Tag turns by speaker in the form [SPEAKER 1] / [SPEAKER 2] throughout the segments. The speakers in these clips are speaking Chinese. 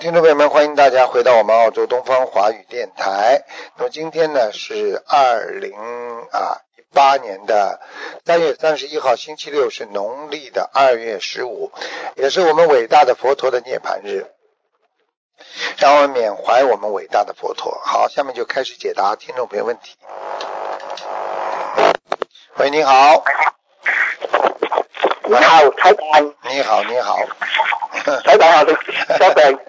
[SPEAKER 1] 听众朋友们，欢迎大家回到我们澳洲东方华语电台。那么今天呢是二零啊一八年的三月三十一号，星期六，是农历的二月十五，也是我们伟大的佛陀的涅槃日。让我们缅怀我们伟大的佛陀。好，下面就开始解答听众朋友问题。喂，你好，
[SPEAKER 2] 你好，台长，
[SPEAKER 1] 你好，你好，
[SPEAKER 2] 台长好的，台长，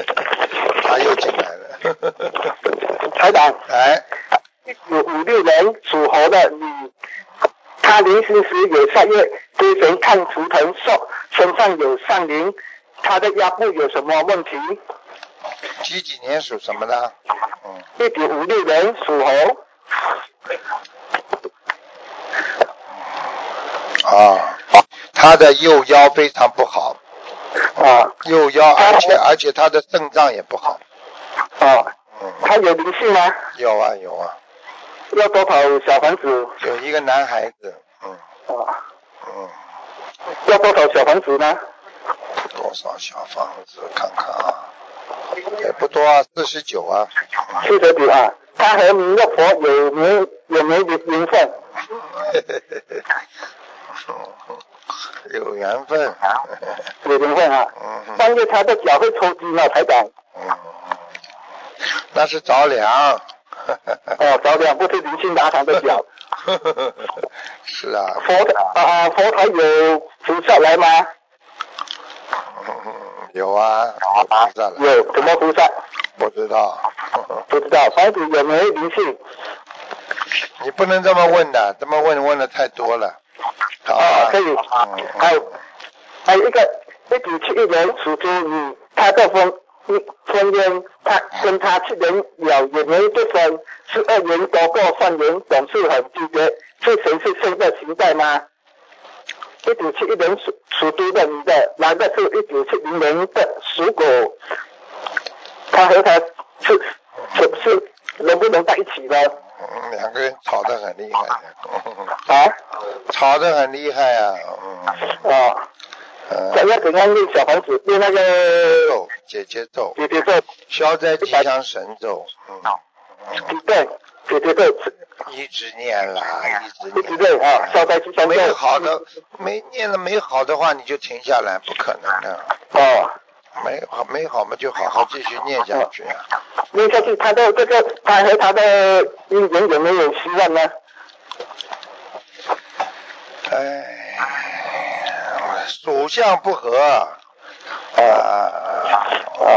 [SPEAKER 1] 他又进来了。
[SPEAKER 2] 台长，
[SPEAKER 1] 哎，
[SPEAKER 2] 一九五六年属猴的女，她临时时有下月灰尘看图腾瘦，身上有上灵，她的腰部有什么问题？
[SPEAKER 1] 几几年属什么的？嗯，
[SPEAKER 2] 一九五六年属猴，
[SPEAKER 1] 啊，他的右腰非常不好，
[SPEAKER 2] 啊
[SPEAKER 1] 右腰，而且而且他的肾脏也不好。
[SPEAKER 2] 啊，
[SPEAKER 1] 嗯，
[SPEAKER 2] 她有灵性吗？
[SPEAKER 1] 有啊有啊，
[SPEAKER 2] 要多少小房子？
[SPEAKER 1] 有一个男孩子，嗯
[SPEAKER 2] 啊，
[SPEAKER 1] 嗯，
[SPEAKER 2] 要多少小房子呢？
[SPEAKER 1] 多少小房子？看看啊，也不多啊，四十九 啊。
[SPEAKER 2] 四十九啊，她和弥勒佛有没有有没有缘分？
[SPEAKER 1] 有缘分，
[SPEAKER 2] 有缘分啊。
[SPEAKER 1] 嗯
[SPEAKER 2] 但是他的脚会抽筋了，台长。
[SPEAKER 1] 嗯，那是着凉。
[SPEAKER 2] 哦，早点不是灵性打堂的脚。
[SPEAKER 1] 是啊，
[SPEAKER 2] 佛的啊、佛台有菩萨来吗？
[SPEAKER 1] 嗯 有啊，有菩萨了，
[SPEAKER 2] 有，什么菩萨？
[SPEAKER 1] 不知道。
[SPEAKER 2] 不知道，房子有没有灵性？
[SPEAKER 1] 你不能这么问的，这么问问的太多了。好
[SPEAKER 2] 啊，可以。哎
[SPEAKER 1] 嗯
[SPEAKER 2] 还有还有一个一九七一年属猪女，她的婚婚姻，她跟她去年有也没结婚，是二元国过犯人，总是很拒绝，是谁是现在存在吗？一九七一年属属猪的女的，男的是一九七零年的属狗，她和他是是是能不能在一起呢？
[SPEAKER 1] 嗯两个人吵得很厉害的，
[SPEAKER 2] 啊
[SPEAKER 1] 吵得很厉害啊。嗯
[SPEAKER 2] 啊，
[SPEAKER 1] 呃
[SPEAKER 2] 想，要怎样念小房子？念那个
[SPEAKER 1] 咒姐姐咒，
[SPEAKER 2] 姐姐咒。
[SPEAKER 1] 消灾吉祥神咒，嗯，
[SPEAKER 2] 对，对对对，
[SPEAKER 1] 一直念啦，一直
[SPEAKER 2] 一直
[SPEAKER 1] 念。
[SPEAKER 2] 对啊，消灾吉祥
[SPEAKER 1] 没
[SPEAKER 2] 咒。
[SPEAKER 1] 好的，没念了没好的话，你就停下来，不可能的。
[SPEAKER 2] 哦，
[SPEAKER 1] 没好没好嘛，就好好继续念下去啊。
[SPEAKER 2] 念下去，他的这个他和他的姻缘有没有希望呢？
[SPEAKER 1] 哎，属相不合
[SPEAKER 2] 哦
[SPEAKER 1] 啊，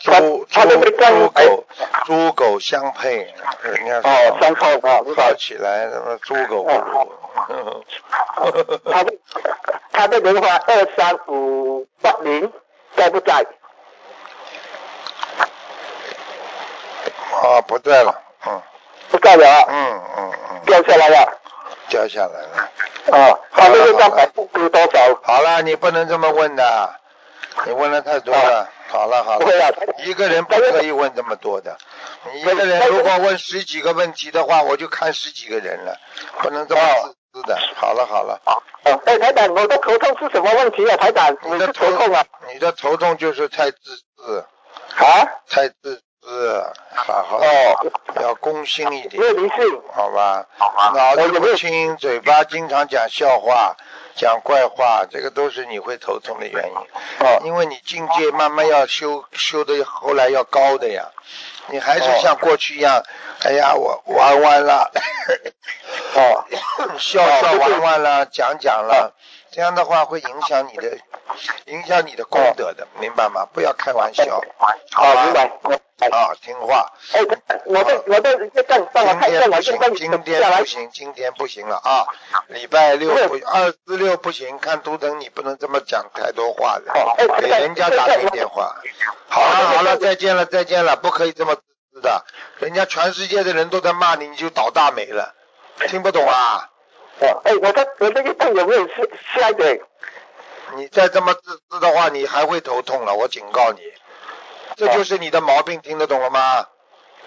[SPEAKER 1] 猪
[SPEAKER 2] 他他那
[SPEAKER 1] 猪
[SPEAKER 2] 个干
[SPEAKER 1] 哎猪狗猪狗相配，人家说
[SPEAKER 2] 哦，三靠啊，知道
[SPEAKER 1] 吵起来什么猪狗不如，
[SPEAKER 2] 他的他的莲花二三五八零在不在？
[SPEAKER 1] 啊不在了，嗯
[SPEAKER 2] 不在了啊，
[SPEAKER 1] 嗯嗯嗯，
[SPEAKER 2] 掉下来了。
[SPEAKER 1] 掉下来了。
[SPEAKER 2] 啊，他的六张牌不值多少？
[SPEAKER 1] 好了，你不能这么问的，你问的太多了。好了好
[SPEAKER 2] 不
[SPEAKER 1] 了
[SPEAKER 2] 会，啊，
[SPEAKER 1] 一个人不可以问这么多的。你一个人如果问十几个问题的话，我就看十几个人了，不能这么自私的。好了好了，
[SPEAKER 2] 哦，哎，台长，我的头痛是什么问题啊？台长，
[SPEAKER 1] 你
[SPEAKER 2] 你
[SPEAKER 1] 的
[SPEAKER 2] 是
[SPEAKER 1] 头
[SPEAKER 2] 头痛啊？
[SPEAKER 1] 你的头痛就是太自私，
[SPEAKER 2] 啊？
[SPEAKER 1] 太自私，好好
[SPEAKER 2] 哦，
[SPEAKER 1] 要公心一点
[SPEAKER 2] 没，有灵性。
[SPEAKER 1] 好吧？
[SPEAKER 2] 好
[SPEAKER 1] 脑
[SPEAKER 2] 我
[SPEAKER 1] 子
[SPEAKER 2] 有没
[SPEAKER 1] 不
[SPEAKER 2] 有
[SPEAKER 1] 清，嘴巴经常讲笑话，讲怪话，这个都是你会头痛的原因。
[SPEAKER 2] 哦
[SPEAKER 1] 因为你境界慢慢要修修的，后来要高的呀。你还是像过去一样，哎呀，我玩玩啦，
[SPEAKER 2] 哦。
[SPEAKER 1] 笑笑玩玩啦，讲讲啦，这样的话会影响你的，影响你的功德
[SPEAKER 2] 哦
[SPEAKER 1] 的，明白吗？不要开玩笑，好
[SPEAKER 2] 好，明
[SPEAKER 1] 吧？
[SPEAKER 2] 白。明白
[SPEAKER 1] 啊，听话。
[SPEAKER 2] 哎，我的我的业障帮我
[SPEAKER 1] 今
[SPEAKER 2] 看一下，
[SPEAKER 1] 天
[SPEAKER 2] 我
[SPEAKER 1] 不
[SPEAKER 2] 业
[SPEAKER 1] 行
[SPEAKER 2] 障，
[SPEAKER 1] 今
[SPEAKER 2] 怎么下
[SPEAKER 1] 天
[SPEAKER 2] 来
[SPEAKER 1] 不？行，今天不行了啊！礼拜六
[SPEAKER 2] 对
[SPEAKER 1] 不，二四六不行，看图腾你不能这么讲太多话的。
[SPEAKER 2] 哦，哎，
[SPEAKER 1] 给人家打进电话。好了好了，再见了再见了，不可以这么自私的，人家全世界的人都在骂你，你就倒大霉了，听不懂啊？
[SPEAKER 2] 哦，哎，我的我的业障有没有下下一点？
[SPEAKER 1] 你再这么自私的话，你还会头痛了，我警告你，这就是你的毛病，听得懂了吗？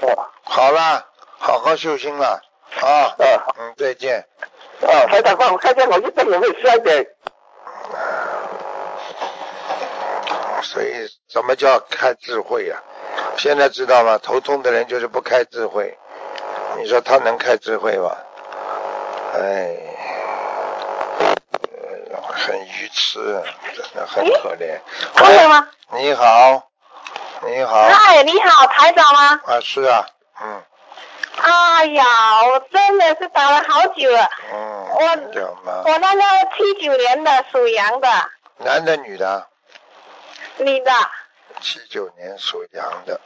[SPEAKER 2] 哦，
[SPEAKER 1] 好了，好好修心了啊，
[SPEAKER 2] 哦，
[SPEAKER 1] 嗯，再见。
[SPEAKER 2] 哦，台长帮我看一下，我业障有没有下一点？
[SPEAKER 1] 所以什么叫开智慧呀、现在知道吗？头痛的人就是不开智慧，你说他能开智慧吗？哎，呃很愚痴，啊真的很可怜。
[SPEAKER 3] 康
[SPEAKER 1] 喂
[SPEAKER 3] 生哎吗？
[SPEAKER 1] 你好，哎你好，
[SPEAKER 3] 嗨，你好，台长吗？
[SPEAKER 1] 啊，是啊，嗯
[SPEAKER 3] 哎呀，我真的是打了好久了。我
[SPEAKER 1] 嗯，有吗？
[SPEAKER 3] 我那个七九年的属羊的
[SPEAKER 1] 男的女的？啊
[SPEAKER 3] 女的，
[SPEAKER 1] 七九年属羊的，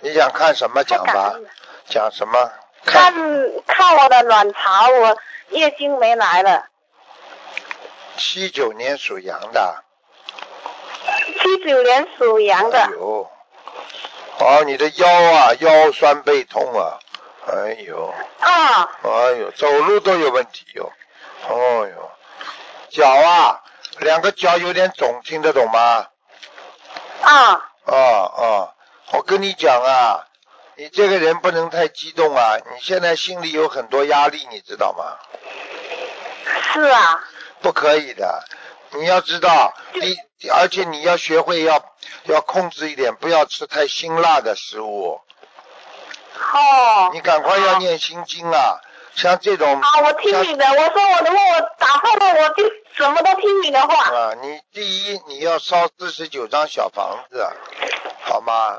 [SPEAKER 1] 你想看什么
[SPEAKER 3] 太
[SPEAKER 1] 讲
[SPEAKER 3] 感
[SPEAKER 1] 吧
[SPEAKER 3] 恩？了。
[SPEAKER 1] 讲什么？
[SPEAKER 3] 看
[SPEAKER 1] 看
[SPEAKER 3] 看我的卵巢，我月经没来了。
[SPEAKER 1] 七九年属羊的，啊
[SPEAKER 3] 七九年属羊的
[SPEAKER 1] 哎，呦，哦，你的腰啊，腰酸背痛啊，哎呦，
[SPEAKER 3] 啊、
[SPEAKER 1] 哎呦，走路都有问题哟、哦，呦，脚啊，两个脚有点肿，听得懂吗？
[SPEAKER 3] 啊、
[SPEAKER 1] 啊啊！我跟你讲啊，你这个人不能太激动啊！你现在心里有很多压力，你知道吗？
[SPEAKER 3] 是啊，
[SPEAKER 1] 不可以的，你要知道，你而且你要学会要要控制一点，不要吃太辛辣的食物。
[SPEAKER 3] 哦。
[SPEAKER 1] 你赶快要念心经啊！像这种
[SPEAKER 3] 啊，我听你的，我说我如果我打后了，我就什么都听你的话。
[SPEAKER 1] 啊，你第一你要烧四十九张小房子，啊好吗？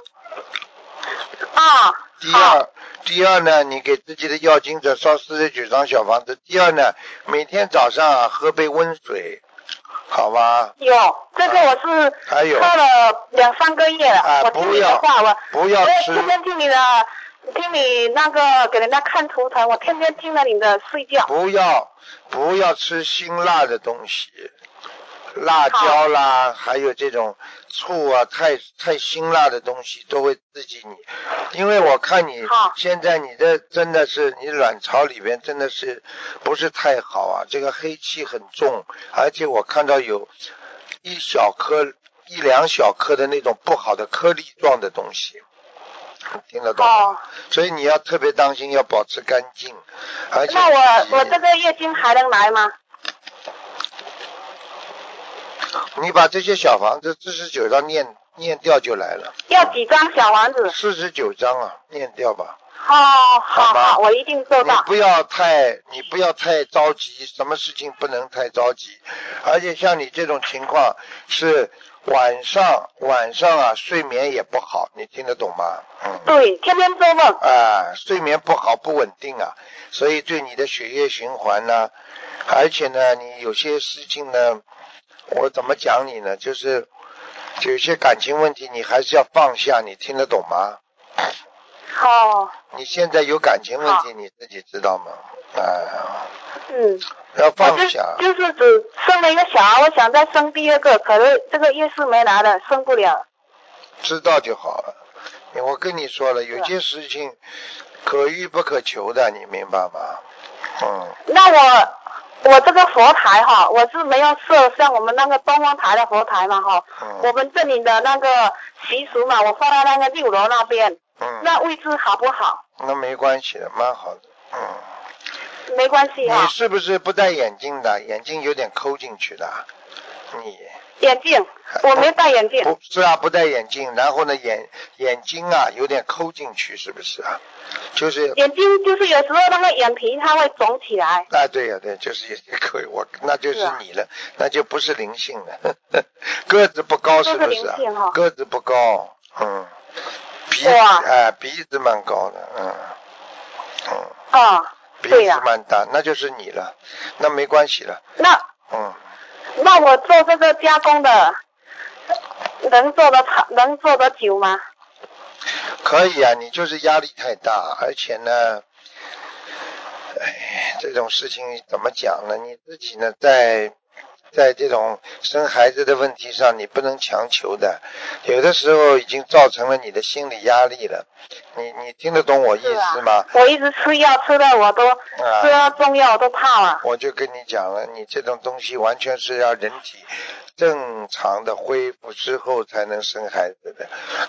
[SPEAKER 3] 啊，
[SPEAKER 1] 第
[SPEAKER 3] 好，
[SPEAKER 1] 二，第二呢，你给自己的要经者烧四十九张小房子。第二呢，每天早上啊喝杯温水，好吧？
[SPEAKER 3] 有这个我是
[SPEAKER 1] 啊还有，
[SPEAKER 3] 喝了两三个月了，
[SPEAKER 1] 啊
[SPEAKER 3] 我听
[SPEAKER 1] 不
[SPEAKER 3] 你的
[SPEAKER 1] 要
[SPEAKER 3] 话，我
[SPEAKER 1] 不要
[SPEAKER 3] 我也
[SPEAKER 1] 吃
[SPEAKER 3] 天天听你的，听你那个给人家看图腾，我天天听了你的睡觉。
[SPEAKER 1] 不要不要吃辛辣的东西，辣椒啦，还有这种醋啊，太太辛辣的东西都会刺激你。因为我看你
[SPEAKER 3] 好
[SPEAKER 1] 现在你这真的是你卵巢里边真的是不是太好啊，这个黑气很重，而且我看到有一小颗。一两小颗的那种不好的颗粒状的东西，听得懂吗？
[SPEAKER 3] 哦，
[SPEAKER 1] 所以你要特别当心，要保持干净，而且
[SPEAKER 3] 那我我
[SPEAKER 1] 你
[SPEAKER 3] 这个月经还能来吗？
[SPEAKER 1] 你把这些小房子四十九章念念掉就来了，
[SPEAKER 3] 要几张小王子？
[SPEAKER 1] 四十九章啊，念掉吧。
[SPEAKER 3] 哦，
[SPEAKER 1] 好
[SPEAKER 3] 好
[SPEAKER 1] 吧
[SPEAKER 3] 好，我一定做
[SPEAKER 1] 你
[SPEAKER 3] 到。
[SPEAKER 1] 不要太，你不要太着急，什么事情不能太着急。而且像你这种情况是晚上晚上啊，睡眠也不好，你听得懂吗？嗯。
[SPEAKER 3] 对，天天做梦。
[SPEAKER 1] 啊，睡眠不好不稳定啊，所以对你的血液循环呢，而且呢，你有些事情呢，我怎么讲你呢？就是有些感情问题，你还是要放下，你听得懂吗？
[SPEAKER 3] 哦，
[SPEAKER 1] 你现在有感情问题，你自己知道吗？啊，
[SPEAKER 3] 嗯，
[SPEAKER 1] 要
[SPEAKER 3] 我
[SPEAKER 1] 放
[SPEAKER 3] 就
[SPEAKER 1] 下。
[SPEAKER 3] 就是只生了一个小孩，我想再生第二个，可是这个月事没来了，生不了。
[SPEAKER 1] 知道就好了。我跟你说了，有些事情可遇不可求的，你明白吗？嗯，
[SPEAKER 3] 那我我这个佛台哈，我是没有设像我们那个东方台的佛台嘛哈，
[SPEAKER 1] 嗯
[SPEAKER 3] 我们这里的那个习俗嘛，我放在那个六楼那边，
[SPEAKER 1] 嗯，
[SPEAKER 3] 那位置好不好？
[SPEAKER 1] 那没关系的，蛮好的。嗯。
[SPEAKER 3] 没关系
[SPEAKER 1] 你
[SPEAKER 3] 哈，
[SPEAKER 1] 是不是不戴眼镜的？眼镜有点抠进去的。啊你
[SPEAKER 3] 眼镜，我没戴眼镜。
[SPEAKER 1] 不是啊，不戴眼镜，然后呢，眼眼睛啊有点抠进去，是不是啊？就是
[SPEAKER 3] 眼睛就是有时候那个眼皮它会肿起来，
[SPEAKER 1] 啊，对呀、对，就是有点抠，我那就是
[SPEAKER 3] 是啊
[SPEAKER 1] 你了，那就不是灵性了。 个子不高是不
[SPEAKER 3] 这
[SPEAKER 1] 是、
[SPEAKER 3] 是
[SPEAKER 1] 啊
[SPEAKER 3] 灵性哦哈？
[SPEAKER 1] 个子不高，嗯，鼻子
[SPEAKER 3] 哇
[SPEAKER 1] 哎，鼻子蛮高的，嗯嗯，
[SPEAKER 3] 啊，
[SPEAKER 1] 鼻
[SPEAKER 3] 对
[SPEAKER 1] 子
[SPEAKER 3] 呀
[SPEAKER 1] 蛮大，那就是你了，那没关系了，
[SPEAKER 3] 那
[SPEAKER 1] 嗯。
[SPEAKER 3] 那我做这个加工的，能做得长，能做得久吗？
[SPEAKER 1] 可以啊，你就是压力太大，而且呢，哎，这种事情怎么讲呢？你自己呢，在在这种生孩子的问题上，你不能强求的，有的时候已经造成了你的心理压力了。你你听得懂我意
[SPEAKER 3] 是啊
[SPEAKER 1] 思吗？
[SPEAKER 3] 我一直吃药吃的我都吃
[SPEAKER 1] 啊，
[SPEAKER 3] 了中药我都怕了。
[SPEAKER 1] 我就跟你讲了，你这种东西完全是要人体正常的恢复之后才能生孩子的，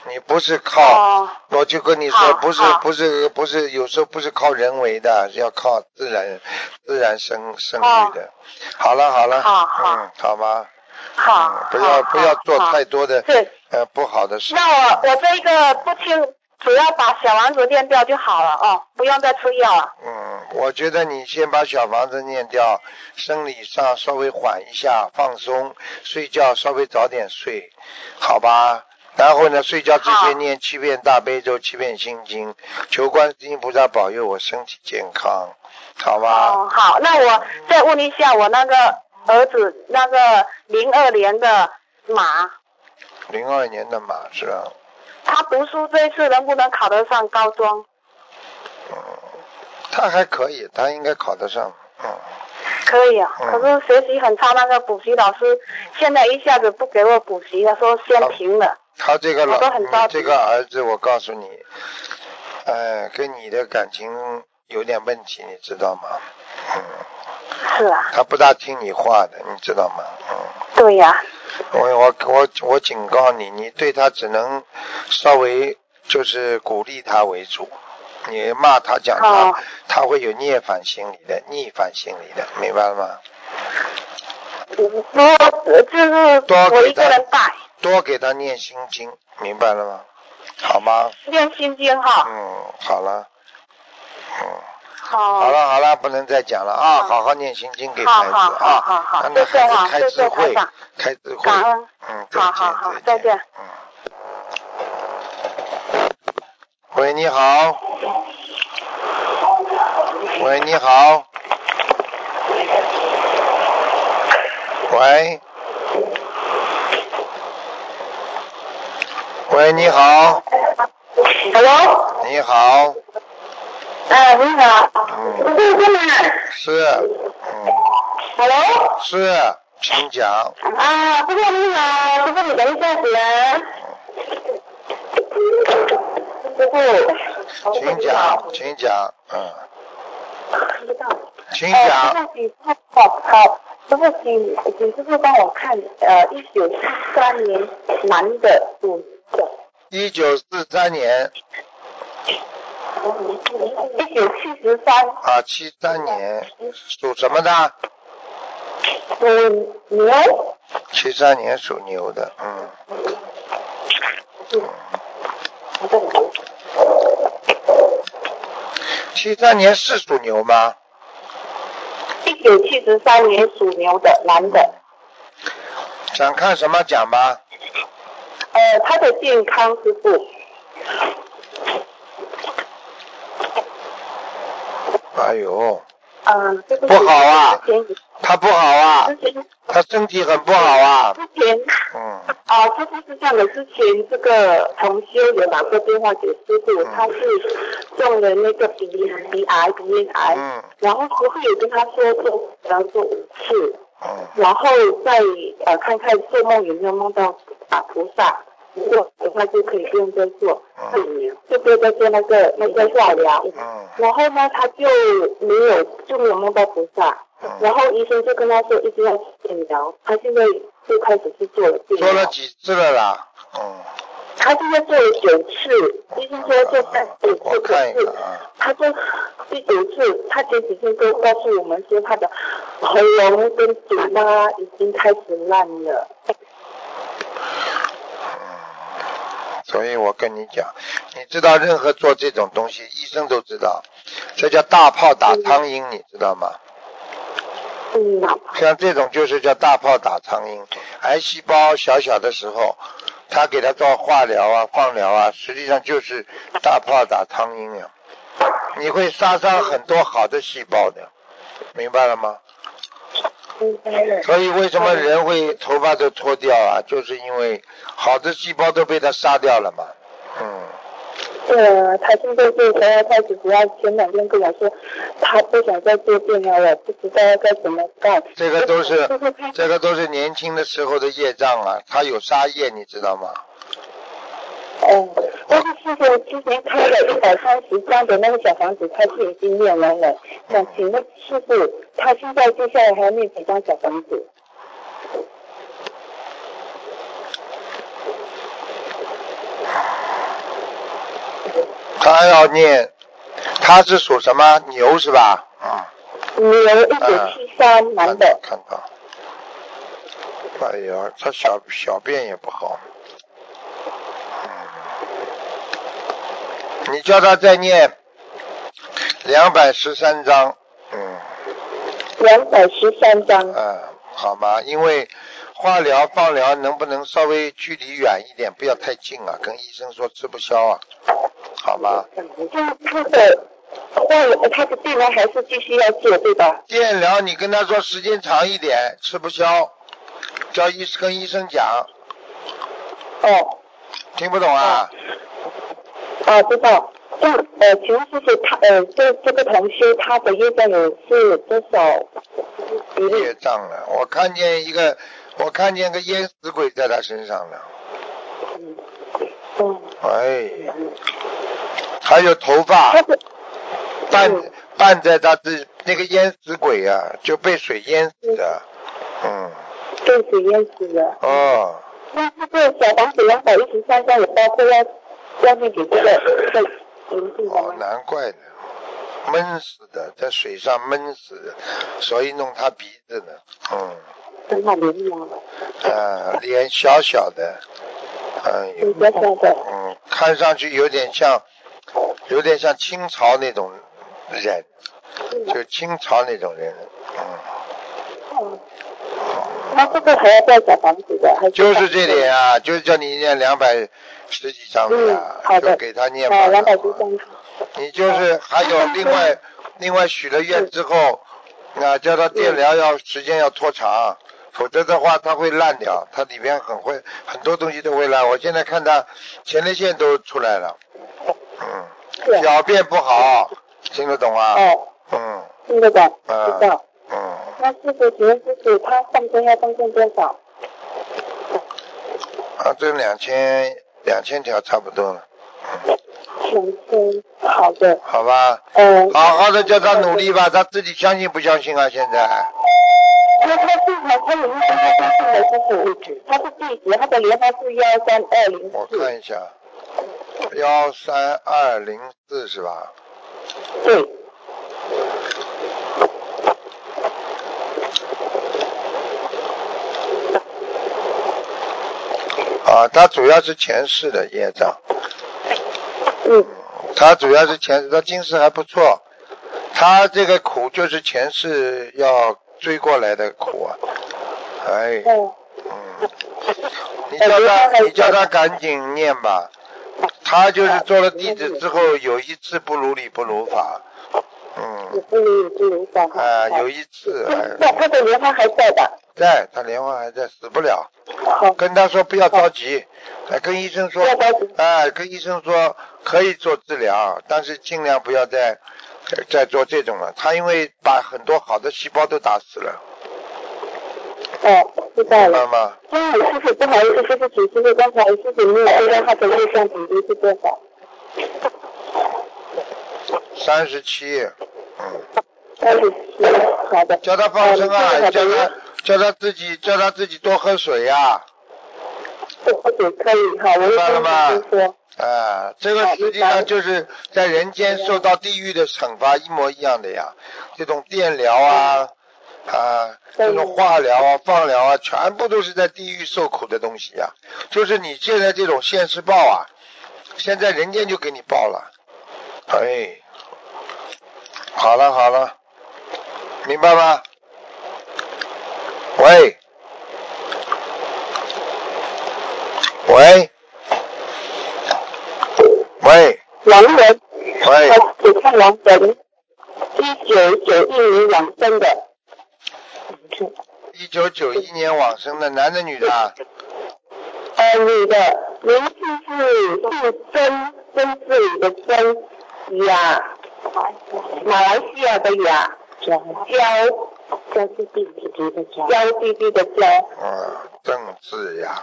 [SPEAKER 1] 你不是靠。
[SPEAKER 3] 哦
[SPEAKER 1] 我就跟你说
[SPEAKER 3] 好，
[SPEAKER 1] 不是
[SPEAKER 3] 好
[SPEAKER 1] 不是不是，有时候不是靠人为的，是要靠自然自然生生育的。好了好了，
[SPEAKER 3] 哦好好
[SPEAKER 1] 嗯，好吧，
[SPEAKER 3] 好，
[SPEAKER 1] 不要
[SPEAKER 3] 好
[SPEAKER 1] 不要做
[SPEAKER 3] 好
[SPEAKER 1] 太多的
[SPEAKER 3] 是，
[SPEAKER 1] 呃不好的事。
[SPEAKER 3] 那我我这一个不清，只要把小王子练掉就好了哦，不用再吃药了。
[SPEAKER 1] 嗯，我觉得你先把小房子念掉，生理上稍微缓一下，放松，睡觉稍微早点睡，好吧？然后呢，睡觉之
[SPEAKER 3] 好
[SPEAKER 1] 前念七遍大悲咒，七遍心经，求观世音菩萨保佑我身体健康，好吧？
[SPEAKER 3] 哦，好，那我再问一下我那个儿子那个零二年的马，
[SPEAKER 1] 零二年的马是吧？
[SPEAKER 3] 他读书这一次能不能考得上高中？
[SPEAKER 1] 嗯他还可以，他应该考得上。嗯，
[SPEAKER 3] 可以啊，
[SPEAKER 1] 嗯
[SPEAKER 3] 可是学习很差，那个补习老师现在一下子不给我补习了，说先停了。
[SPEAKER 1] 他这个
[SPEAKER 3] 我都
[SPEAKER 1] 老，
[SPEAKER 3] 很
[SPEAKER 1] 你
[SPEAKER 3] 着急
[SPEAKER 1] 这个儿子，我告诉你，哎，跟你的感情有点问题，你知道吗？嗯，
[SPEAKER 3] 是啊，
[SPEAKER 1] 他不大听你话的，你知道吗？嗯，
[SPEAKER 3] 对呀、
[SPEAKER 1] 我我我我警告你，你对他只能稍微就是鼓励他为主，你骂他讲他，
[SPEAKER 3] 哦
[SPEAKER 1] 他会有逆反心理的，逆反心理的，明白了吗？
[SPEAKER 3] 嗯不过呃就是
[SPEAKER 1] 多
[SPEAKER 3] 我
[SPEAKER 1] 给
[SPEAKER 3] 一个
[SPEAKER 1] 他
[SPEAKER 3] 人带
[SPEAKER 1] 多给他念心经，明白了吗？好吗？
[SPEAKER 3] 练心经哈。
[SPEAKER 1] 嗯，好了，嗯，好
[SPEAKER 3] 好，
[SPEAKER 1] 了好了，不能再讲了啊，好好念心经给孩子
[SPEAKER 3] 好好好
[SPEAKER 1] 啊
[SPEAKER 3] 好，好
[SPEAKER 1] 让他
[SPEAKER 3] 谢谢
[SPEAKER 1] 孩
[SPEAKER 3] 啊
[SPEAKER 1] 子开
[SPEAKER 3] 谢
[SPEAKER 1] 智
[SPEAKER 3] 谢
[SPEAKER 1] 慧
[SPEAKER 3] 台长，
[SPEAKER 1] 开智慧，
[SPEAKER 2] 啊
[SPEAKER 3] 感恩。
[SPEAKER 1] 嗯，再见
[SPEAKER 3] 好好好，
[SPEAKER 1] 再
[SPEAKER 3] 再
[SPEAKER 1] 见
[SPEAKER 3] 见。。
[SPEAKER 1] 嗯。喂，你好。喂，你好。喂。喂，你好，嗯
[SPEAKER 2] Hello，
[SPEAKER 1] 你好，
[SPEAKER 2] 哎，你好，
[SPEAKER 1] 嗯
[SPEAKER 2] 是真的。
[SPEAKER 1] 是，嗯，
[SPEAKER 2] Hello，
[SPEAKER 1] 是，请讲，
[SPEAKER 2] 啊，师傅你好，师傅你等一下子啊。师傅，
[SPEAKER 1] 请讲，请讲，嗯，
[SPEAKER 2] 知道。
[SPEAKER 1] 请
[SPEAKER 2] 哎，
[SPEAKER 1] 讲，
[SPEAKER 2] 那请师傅好，师傅请请师傅帮我看，呃，一九七三年男的属的，
[SPEAKER 1] 一九四三年
[SPEAKER 2] 一九七十三
[SPEAKER 1] 啊，七三年属什么的？
[SPEAKER 2] 属牛，
[SPEAKER 1] 七三年属牛的，嗯，七三年是属牛吗？
[SPEAKER 2] 一九七十三年属牛的男的，
[SPEAKER 1] 想看什么讲吧？
[SPEAKER 2] 呃，他的健康师傅，
[SPEAKER 1] 哎呦，
[SPEAKER 2] 嗯、呃，这个
[SPEAKER 1] 不好啊
[SPEAKER 2] 之前
[SPEAKER 1] 他不好啊，
[SPEAKER 2] 之前
[SPEAKER 1] 他身体很不好啊，
[SPEAKER 2] 之前
[SPEAKER 1] 嗯，
[SPEAKER 2] 啊，师傅是这样的，之前这个同修有打过电话给师
[SPEAKER 1] 嗯
[SPEAKER 2] 傅，他是中了那个鼻鼻癌、鼻咽癌，
[SPEAKER 1] 嗯
[SPEAKER 2] 然后师傅有跟他说做只要做五次，
[SPEAKER 1] 嗯
[SPEAKER 2] 然后再呃看看做梦有没有梦到啊菩萨，如果的话就可以不用再做，
[SPEAKER 1] 嗯
[SPEAKER 2] 就不用再做那个那个化疗。
[SPEAKER 1] 嗯
[SPEAKER 2] 然后呢，他就没有就没有梦到菩萨，
[SPEAKER 1] 嗯
[SPEAKER 2] 然后医生就跟他说一直要去电疗，他现在就开始去做了电疗。
[SPEAKER 1] 做了几次了啦？嗯，
[SPEAKER 2] 他现在做了九次，医生说做三次，
[SPEAKER 1] 啊我
[SPEAKER 2] 做
[SPEAKER 1] 看一看
[SPEAKER 2] 九次，
[SPEAKER 1] 啊，
[SPEAKER 2] 他就第九次，他前几天都告诉我们说他的喉咙跟嘴巴已经开始烂了。
[SPEAKER 1] 所以我跟你讲，你知道任何做这种东西，医生都知道，这叫大炮打苍蝇，你知道吗？
[SPEAKER 2] 嗯，
[SPEAKER 1] 像这种就是叫大炮打苍蝇，癌细胞小小的时候，他给他做化疗啊、放疗啊，实际上就是大炮打苍蝇呀、你会杀伤很多好的细胞的，明白了吗？
[SPEAKER 2] 应该了。
[SPEAKER 1] 所以为什么人会头发都脱掉啊？就是因为好的细胞都被他杀掉了嘛。嗯，
[SPEAKER 2] 呃，他现在就从要开始，主要前两天跟我说，他不想再做电疗了，不知道要该怎么办。
[SPEAKER 1] 这个都是
[SPEAKER 2] 就是他
[SPEAKER 1] 这个都是年轻的时候的业障啊，他有杀业，你知道吗？
[SPEAKER 2] 嗯，但是师傅之前开了一百三十张的那个小房子，他是已经念完了。想请问师傅，他现在接下来还要念几张小房子？
[SPEAKER 1] 他要念，他是属什么牛是吧？嗯。
[SPEAKER 2] 牛一九七三男
[SPEAKER 1] 看到
[SPEAKER 2] 的，
[SPEAKER 1] 看到。哎呀，他小小便也不好。嗯，你叫他再念两百十三章。嗯。
[SPEAKER 4] 两百十三张，
[SPEAKER 1] 嗯，好吗？因为化疗、放疗能不能稍微距离远一点，不要太近啊？跟医生说吃不消啊，好吗？
[SPEAKER 4] 他他的患有他的病人还是继续要做，对吧？
[SPEAKER 1] 电疗你跟他说时间长一点，吃不消，叫医跟医生讲，
[SPEAKER 4] 哦，
[SPEAKER 1] 听不懂啊？
[SPEAKER 4] 啊，知道。这样呃，请问师傅，他呃，这这个同修他的业障有是多少比例
[SPEAKER 1] 业？障了，我看见一个，我看见个淹死鬼在他身上了，
[SPEAKER 4] 嗯，
[SPEAKER 1] 哎，还有头发
[SPEAKER 4] 他的
[SPEAKER 1] 绊绊在他的那个淹死鬼啊，就被水淹死的，嗯，
[SPEAKER 4] 被水淹死了。
[SPEAKER 1] 哦。
[SPEAKER 4] 那这个小房子两百一十三张也包括要要念给这个这个灵性的
[SPEAKER 1] 哦，
[SPEAKER 4] 吗？
[SPEAKER 1] 难怪呢，闷死的，在水上闷死的，所以弄他鼻子呢，嗯，
[SPEAKER 4] 很好灵性啊，
[SPEAKER 1] 啊，脸小小的，哎
[SPEAKER 4] 挺
[SPEAKER 1] 呦，
[SPEAKER 4] 小小的。
[SPEAKER 1] 嗯，看上去有点像，有点像清朝那种人，就清朝那种人，嗯，
[SPEAKER 4] 嗯那这个还要盖小房子的，还
[SPEAKER 1] 就是这里啊，就是叫你念两百十几张的呀
[SPEAKER 4] 嗯，好的
[SPEAKER 1] 就给他念吧
[SPEAKER 4] 啊，，两百十三张。
[SPEAKER 1] 你就是
[SPEAKER 4] 哦
[SPEAKER 1] 还 有另外另外许了愿之后，啊，叫他
[SPEAKER 4] 嗯
[SPEAKER 1] 电疗要时间要拖长，否则的话它会烂掉，它里边很会很多东西都会烂。我现在看他前列腺都出来了，嗯，
[SPEAKER 4] 是啊。
[SPEAKER 1] 小便不好，听得懂啊？
[SPEAKER 4] 哦，
[SPEAKER 1] 嗯
[SPEAKER 4] 听得懂，
[SPEAKER 1] 嗯
[SPEAKER 4] 知道。
[SPEAKER 1] 嗯，
[SPEAKER 4] 那师傅，请问师傅，他放生要放生多少？
[SPEAKER 1] 啊，这两千两千条差不多了，
[SPEAKER 4] 两千。好的，
[SPEAKER 1] 好吧？
[SPEAKER 4] 呃，
[SPEAKER 1] 好好的叫他努力吧，他自己相信不相信啊？现在
[SPEAKER 4] 那他是还他有没有跟他相信的师傅？他是弟子，他的莲花是幺三二零
[SPEAKER 1] 我
[SPEAKER 4] 四，
[SPEAKER 1] 看一下，幺三二零四是吧？
[SPEAKER 4] 对，
[SPEAKER 1] 啊，他主要是前世的业障，
[SPEAKER 4] 嗯，
[SPEAKER 1] 他主要是前世，他今世还不错，他这个苦就是前世要追过来的苦啊，哎，
[SPEAKER 4] 哦，
[SPEAKER 1] 嗯，你叫他，你叫他赶紧念吧，他就是做了弟子之后有一次不如理不如法，
[SPEAKER 4] 也
[SPEAKER 1] 嗯，
[SPEAKER 4] 不如不如法哈。
[SPEAKER 1] 啊，
[SPEAKER 4] 好
[SPEAKER 1] 有一次，
[SPEAKER 4] 那
[SPEAKER 1] 哎，
[SPEAKER 4] 他的莲花还在吧？
[SPEAKER 1] 在他莲花还在，死不了，
[SPEAKER 4] 好，
[SPEAKER 1] 跟他说不要着急，哎，跟医生说
[SPEAKER 4] 哦要着急。
[SPEAKER 1] 哎，跟医生说可以做治疗，但是尽量不要再呃再做这种了。他因为把很多好的细胞都打死了，
[SPEAKER 4] 哦，知道
[SPEAKER 1] 明
[SPEAKER 4] 了
[SPEAKER 1] 白。吗？
[SPEAKER 4] 那我师傅不好意思，师傅请师傅刚才师傅没有说到他的月相比例是多少？
[SPEAKER 1] 三十七，嗯，
[SPEAKER 4] 三十七，好的。
[SPEAKER 1] 叫他放生
[SPEAKER 4] 哦
[SPEAKER 1] 啊，
[SPEAKER 4] 你
[SPEAKER 1] 叫
[SPEAKER 4] 这个好
[SPEAKER 1] 他
[SPEAKER 4] 的
[SPEAKER 1] 叫他自己叫他自己多喝水啊呀、
[SPEAKER 4] 对，不止可以哈，我
[SPEAKER 1] 明
[SPEAKER 4] 就
[SPEAKER 1] 白了
[SPEAKER 4] 跟
[SPEAKER 1] 吗
[SPEAKER 4] 师傅说。
[SPEAKER 1] 啊，这个
[SPEAKER 4] 好
[SPEAKER 1] 实际
[SPEAKER 4] 明白
[SPEAKER 1] 上
[SPEAKER 4] 了
[SPEAKER 1] 就是在人间受到地狱的惩罚一模一样的呀，这种电疗啊。啊，
[SPEAKER 4] 对
[SPEAKER 1] 这种化疗啊、放疗啊，全部都是在地狱受苦的东西呀、就是你现在这种现世报啊，现在人间就给你报了。哎，好了好了，明白吗？喂，喂，喂，
[SPEAKER 4] 王文，
[SPEAKER 1] 喂，
[SPEAKER 4] 呃，请看王文，一九九一年养生的，
[SPEAKER 1] 一九九一年往生的，男的女的啊？
[SPEAKER 4] 呃，女的，名字是姓曾，曾志伟的曾，雅，马来西亚的雅，娇，娇是弟弟的娇，娇弟弟的娇，
[SPEAKER 1] 啊，郑智雅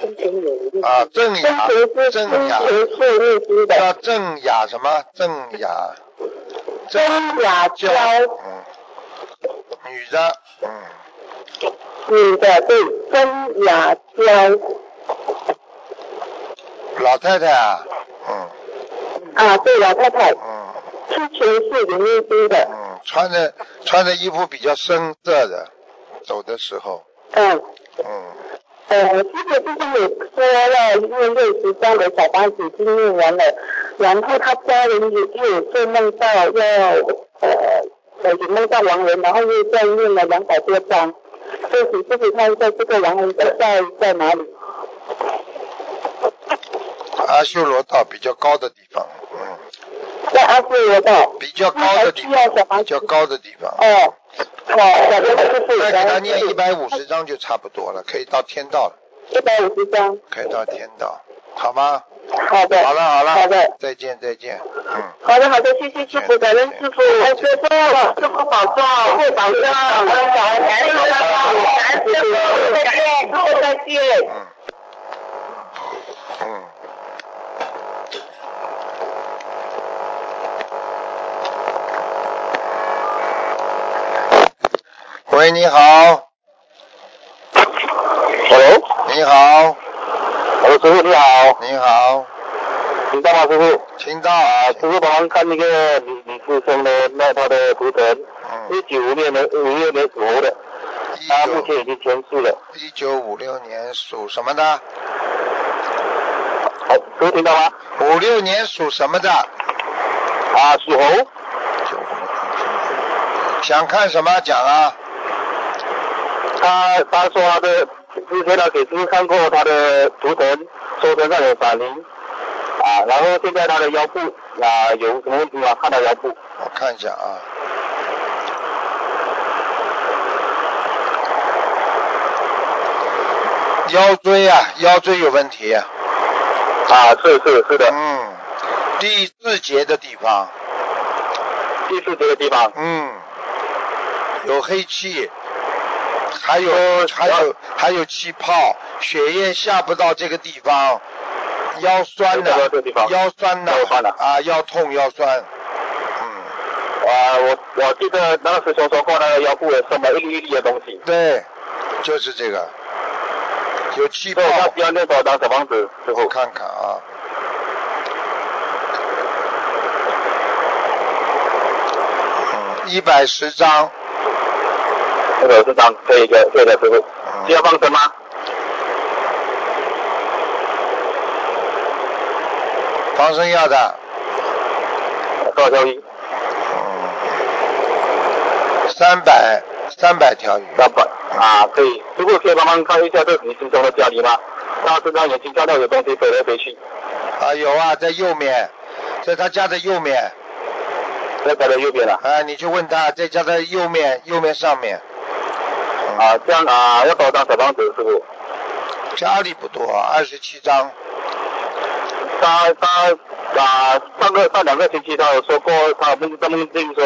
[SPEAKER 4] 真真有一
[SPEAKER 1] 啊，郑
[SPEAKER 4] 曾
[SPEAKER 1] 雅
[SPEAKER 4] 平是，之
[SPEAKER 1] 郑雅呃
[SPEAKER 4] 前。是律师的，
[SPEAKER 1] 叫郑雅什么？郑雅，
[SPEAKER 4] 曾雅娇
[SPEAKER 1] 叫，嗯，女的，嗯，
[SPEAKER 4] 女的，对，曾雅娇。
[SPEAKER 1] 老太太啊，嗯
[SPEAKER 4] 啊，对了，太太，
[SPEAKER 1] 嗯
[SPEAKER 4] 之前是林律师的，
[SPEAKER 1] 嗯，穿的穿的衣服比较深色的，走的时候，
[SPEAKER 4] 嗯
[SPEAKER 1] 嗯，
[SPEAKER 4] 呃，这个就是你说了，因为六十张的小房子经历完了，然后他家人也也有做梦到要呃呃有梦到亡人，然后又再念了两百多张，所以你自己看一下这个亡人在在在哪里？
[SPEAKER 1] 阿修罗道比较高的地方，嗯，
[SPEAKER 4] 在阿修罗道。
[SPEAKER 1] 比较高的地
[SPEAKER 4] 那还需要
[SPEAKER 1] 方，
[SPEAKER 4] 小房
[SPEAKER 1] 比
[SPEAKER 4] 子
[SPEAKER 1] 较高的地方，
[SPEAKER 4] 哦，好，小哥哥就是
[SPEAKER 1] 再给他念一
[SPEAKER 4] 一
[SPEAKER 1] 百五十章就差不多了，可以到天道了，
[SPEAKER 4] 百五十张，
[SPEAKER 1] 可以到天道，好吗？
[SPEAKER 4] 好的，
[SPEAKER 1] 好了好了，
[SPEAKER 4] 好的，
[SPEAKER 1] 再见再见，嗯，
[SPEAKER 4] 好的，好的，谢谢师傅，感恩师傅，哎，师傅，师傅保重，会保重，感恩师傅，感恩师傅，再见，师傅再
[SPEAKER 1] 嗯，
[SPEAKER 4] 见。
[SPEAKER 1] 嗯。喂，你好，
[SPEAKER 2] Hello，Hello，
[SPEAKER 1] 你好，
[SPEAKER 2] 师傅你好，
[SPEAKER 1] 你好，
[SPEAKER 2] 你知道吗，师傅？
[SPEAKER 1] 听到啊
[SPEAKER 2] 啊，师傅帮忙看那个李李志生的那他的图腾，
[SPEAKER 1] 嗯，
[SPEAKER 2] 一九五六年五六年属猴的，
[SPEAKER 1] 一
[SPEAKER 2] 他啊目
[SPEAKER 1] 九
[SPEAKER 2] 前已经全世了。
[SPEAKER 1] 一九五六年属什么的？
[SPEAKER 2] 好，师傅听到吗？
[SPEAKER 1] 五六年属什么的？
[SPEAKER 2] 啊，属猴，
[SPEAKER 1] 想看什么讲啊？
[SPEAKER 2] 他他说他的之前他给师傅看过他的图腾，说身上有闪灵，啊，然后现在他的腰部啊有什么问题吗？看到腰部。
[SPEAKER 1] 我看一下啊。腰椎啊，腰椎有问题、
[SPEAKER 2] 啊，是是是的，
[SPEAKER 1] 嗯，第四节的地方，
[SPEAKER 2] 第四节的地方。啊
[SPEAKER 1] 嗯，有黑气，还有还有还有气泡，血液下不到这个地方，腰酸
[SPEAKER 2] 下不
[SPEAKER 1] 的
[SPEAKER 2] 到这个地方，
[SPEAKER 1] 腰酸的
[SPEAKER 2] 腰酸的
[SPEAKER 1] 啊，腰痛腰酸，嗯，
[SPEAKER 2] 啊，我我记得那个师兄说过，那个腰部有什么硬粒粒的东西。
[SPEAKER 1] 对，就是这个，有气泡
[SPEAKER 2] 对，，他需要那所当小房子之
[SPEAKER 1] 我
[SPEAKER 2] 后，
[SPEAKER 1] 看看啊。嗯，一百十张，
[SPEAKER 2] 这个是当这一个这个师傅需
[SPEAKER 1] 嗯，
[SPEAKER 2] 要放生吗？
[SPEAKER 1] 防身药的，
[SPEAKER 2] 多少条鱼？
[SPEAKER 1] 嗯，三百三百条鱼，
[SPEAKER 2] 那不啊，可以。如果可以帮忙看一下这个你师兄的家里吗？他身上已经看到有东西飞来飞去，
[SPEAKER 1] 啊有啊，在右面，在他家的右面，
[SPEAKER 2] 在他的右边了。
[SPEAKER 1] 啊，你去问他，在家的右面，右面上面，啊，
[SPEAKER 2] 啊，这样啊，要多少张小房子师傅？
[SPEAKER 1] 家里不多，二十七张，
[SPEAKER 2] 他他啊，上个上两个星期他有说过，他梦在梦境说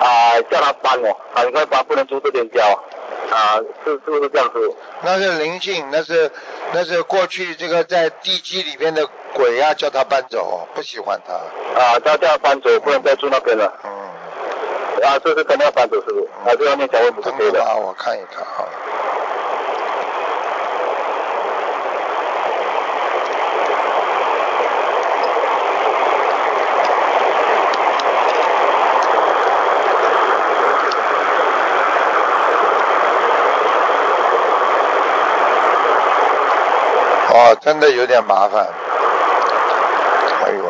[SPEAKER 2] 啊，叫他搬哦，啊，你快搬，不能住这边家哦，啊，是是不是这样子？
[SPEAKER 1] 那是灵性，那是那是过去这个在地基里面的鬼啊，叫他搬走，不喜欢他。
[SPEAKER 2] 啊，他叫他搬走，不能再住那边了，
[SPEAKER 1] 嗯，
[SPEAKER 2] 啊，这是肯定要搬走，师傅，啊，这要念小问不是
[SPEAKER 1] 等
[SPEAKER 2] 可以
[SPEAKER 1] 等
[SPEAKER 2] 的。
[SPEAKER 1] 啊，我看一看啊。哦，真的有点麻烦。哎呦，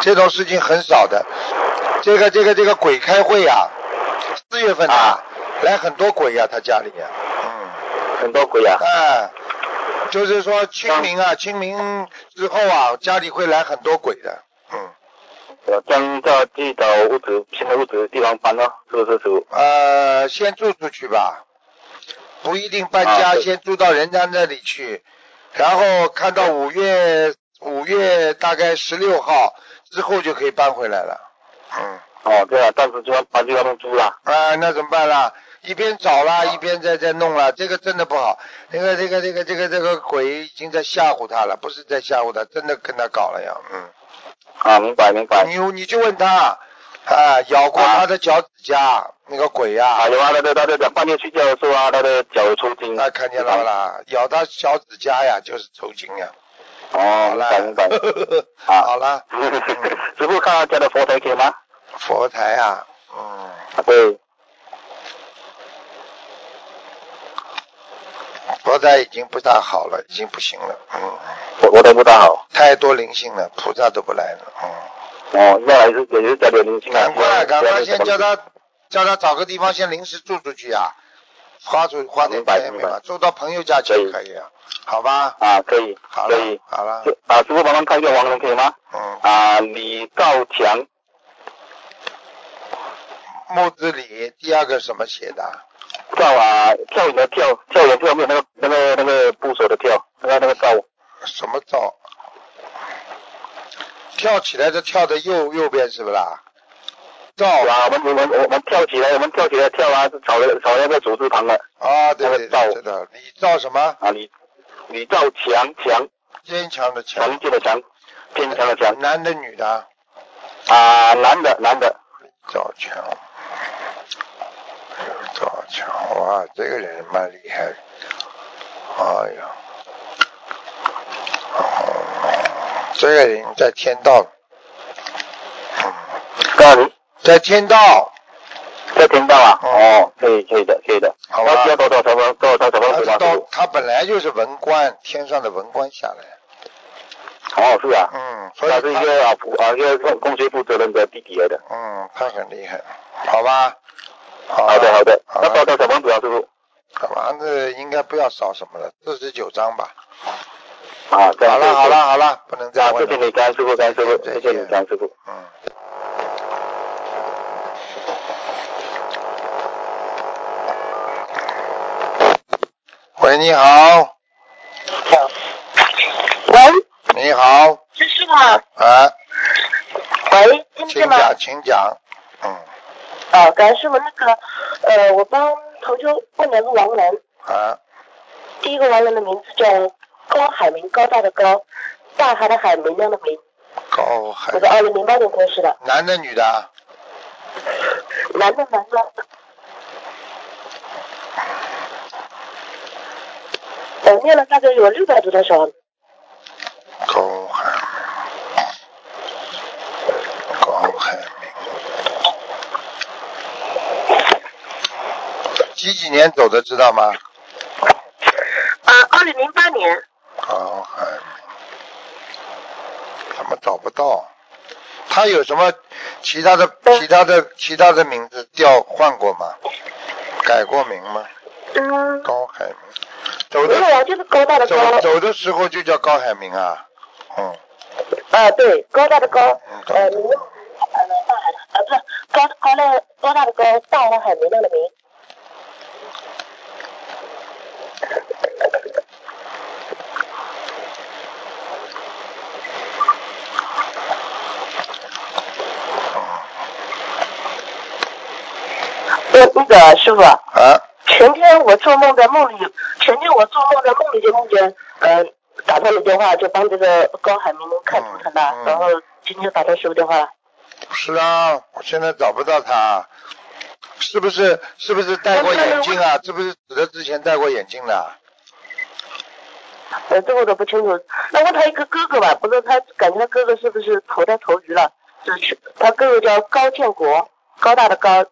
[SPEAKER 1] 这种事情很少的。这个这个这个鬼开会啊呀、四月份啊
[SPEAKER 2] 啊，嗯
[SPEAKER 1] 来很多鬼呀、他家里、呀，
[SPEAKER 2] 很多鬼啊
[SPEAKER 1] 嗯，，哎，就是说清明啊，清明之后啊，家里会来很多鬼的，嗯，
[SPEAKER 2] 呃，将这地找屋子新的屋子地方搬了，是不是师傅？
[SPEAKER 1] 呃，先住出去吧，不一定搬家，
[SPEAKER 2] 啊对
[SPEAKER 1] 先住到人家那里去，然后看到五月五月大概十六号之后就可以搬回来了，嗯，
[SPEAKER 2] 哦，对啊，但是就要搬去那边住啦。
[SPEAKER 1] 啊、那怎么办啦？一边找啦，一边在在弄啦，这个真的不好。那个这个这个这个这个鬼已经在吓唬他了，不是在吓唬他，真的跟他搞了呀。嗯，
[SPEAKER 2] 啊，明白明白。
[SPEAKER 1] 你你去问他，啊，咬过他的脚趾甲，那个鬼呀、
[SPEAKER 2] 啊，有啊，他的他的讲半夜睡觉的时候啊，他的脚有抽筋。
[SPEAKER 1] 啊，看见了不啦？咬他小指甲呀，就是抽筋呀。
[SPEAKER 2] 哦，
[SPEAKER 1] 好
[SPEAKER 2] 明
[SPEAKER 1] 啦
[SPEAKER 2] 白明白。 啊
[SPEAKER 1] 好了，
[SPEAKER 2] 师傅看他家的佛台可以吗？
[SPEAKER 1] 佛台啊，嗯，
[SPEAKER 2] 对，
[SPEAKER 1] 佛台已经不大好了，已经不行了，嗯，
[SPEAKER 2] 我我都不大好。
[SPEAKER 1] 太多灵性了，菩萨都不来了，嗯，
[SPEAKER 2] 哦，那还是也是找点灵性啊。
[SPEAKER 1] 赶快赶快，先叫
[SPEAKER 2] 叫
[SPEAKER 1] 他叫他找个地方先临时住出去啊，花出花点
[SPEAKER 2] 明白
[SPEAKER 1] 钱也没
[SPEAKER 2] 明白
[SPEAKER 1] 嘛，住到朋友家去
[SPEAKER 2] 可以
[SPEAKER 1] 可以啊，好吧，
[SPEAKER 2] 啊，可以，
[SPEAKER 1] 好
[SPEAKER 2] 可
[SPEAKER 1] 了
[SPEAKER 2] 以。
[SPEAKER 1] 好了，
[SPEAKER 2] 是啊，师傅帮忙看一个王人可以吗？
[SPEAKER 1] 嗯，
[SPEAKER 2] 啊，李兆强，
[SPEAKER 1] 木字李第二个什么写的？
[SPEAKER 2] 赵啊，跳远的跳，跳远跳没有那个那个那个部首的跳，那个那个赵，
[SPEAKER 1] 什么赵？跳起来的跳的右右边是不啦？赵
[SPEAKER 2] 啊，我们我们我们跳起来，我们跳起来跳啊，是找了找那个竹字旁的
[SPEAKER 1] 啊，对对
[SPEAKER 2] 那
[SPEAKER 1] 对，
[SPEAKER 2] 个赵
[SPEAKER 1] 知道了。李赵什么？
[SPEAKER 2] 啊，李李兆强强
[SPEAKER 1] 坚强的强
[SPEAKER 2] 强，健的强，坚强的强
[SPEAKER 1] 男的女的？
[SPEAKER 2] 啊，男的男的，
[SPEAKER 1] 赵强，赵强，哇，这个人蛮厉害的。哎呀，哦这个人在天道，
[SPEAKER 2] 那你
[SPEAKER 1] 在天道，
[SPEAKER 2] 在听到啊？
[SPEAKER 1] 哦
[SPEAKER 2] 哦，可以可以的可以的，
[SPEAKER 1] 好吧
[SPEAKER 2] 要要多少多少多少多
[SPEAKER 1] 他
[SPEAKER 2] 少多
[SPEAKER 1] 是
[SPEAKER 2] 少
[SPEAKER 1] 到他本来就是文官，天上的文官下来，
[SPEAKER 2] 哦，是啊。
[SPEAKER 1] 嗯，所以
[SPEAKER 2] 他是一
[SPEAKER 1] 他
[SPEAKER 2] 个啊，负啊，一个共共学负责人的弟弟来的。
[SPEAKER 1] 嗯，他很厉害，好吧？好啊
[SPEAKER 2] 好的，好的。
[SPEAKER 1] 好
[SPEAKER 2] 那
[SPEAKER 1] 吧
[SPEAKER 2] 到底小房子啊，师傅？
[SPEAKER 1] 小房子应该不要少什么了，四十九张吧。
[SPEAKER 2] 啊，这
[SPEAKER 1] 好
[SPEAKER 2] 样
[SPEAKER 1] 了好了，好了，不能再
[SPEAKER 2] 那
[SPEAKER 1] 问
[SPEAKER 2] 谢谢
[SPEAKER 1] 了。
[SPEAKER 2] 你，甘师傅，甘师傅，
[SPEAKER 1] 再
[SPEAKER 2] 谢
[SPEAKER 1] 见
[SPEAKER 2] 谢你，甘师傅。
[SPEAKER 1] 嗯。喂，你好，
[SPEAKER 4] 喂，
[SPEAKER 1] 你好，
[SPEAKER 4] 是师傅吗？
[SPEAKER 1] 啊，
[SPEAKER 4] 喂，
[SPEAKER 1] 请
[SPEAKER 4] 听见吗？
[SPEAKER 1] 讲，请讲，嗯，
[SPEAKER 4] 哦，感恩师傅，那个，呃，我帮同修问两个亡人，
[SPEAKER 1] 啊，
[SPEAKER 4] 第一个亡人的名字叫高海明，高大的高，大海的海，明亮的明，
[SPEAKER 1] 高海
[SPEAKER 4] 我，是二零零八年过世的，
[SPEAKER 1] 哦男的啊女的？
[SPEAKER 4] 男的男的，我念了大概有六百多张小房子，
[SPEAKER 1] 高海明，高海明，几几年走的知道吗？
[SPEAKER 4] 呃，二零零八年，
[SPEAKER 1] 高海明，怎么找不到？他有什么其他的、
[SPEAKER 4] 嗯
[SPEAKER 1] 其他的、其他的名字调换过吗？改过名吗？
[SPEAKER 4] 嗯，
[SPEAKER 1] 高海明，走
[SPEAKER 4] 没有
[SPEAKER 1] 的
[SPEAKER 4] 啊，就是高大的高，
[SPEAKER 1] 走走的时候就叫高海明啊，嗯，
[SPEAKER 4] 呃，对，高大的高，
[SPEAKER 1] 嗯懂
[SPEAKER 4] 呃，
[SPEAKER 1] 懂
[SPEAKER 4] 明，呃，大海的，呃，不是高高大高大的高，大海的海，明亮的明。那呃那个师傅，
[SPEAKER 1] 啊，
[SPEAKER 4] 前天我做梦在梦里，前天我做梦在梦里就梦见，呃，打通了电话就帮这个高海明看图腾的，
[SPEAKER 1] 嗯嗯
[SPEAKER 4] 然后今天打通师傅电话了。
[SPEAKER 1] 不是啊，我现在找不到他，是不是？是不是戴过眼镜啊？是不是死的之前戴过眼镜的？
[SPEAKER 4] 呃，这个我都不清楚。那问他一个哥哥吧，不是他感觉他哥哥是不是投胎投鱼了？就是他哥哥叫高建国，高大的高，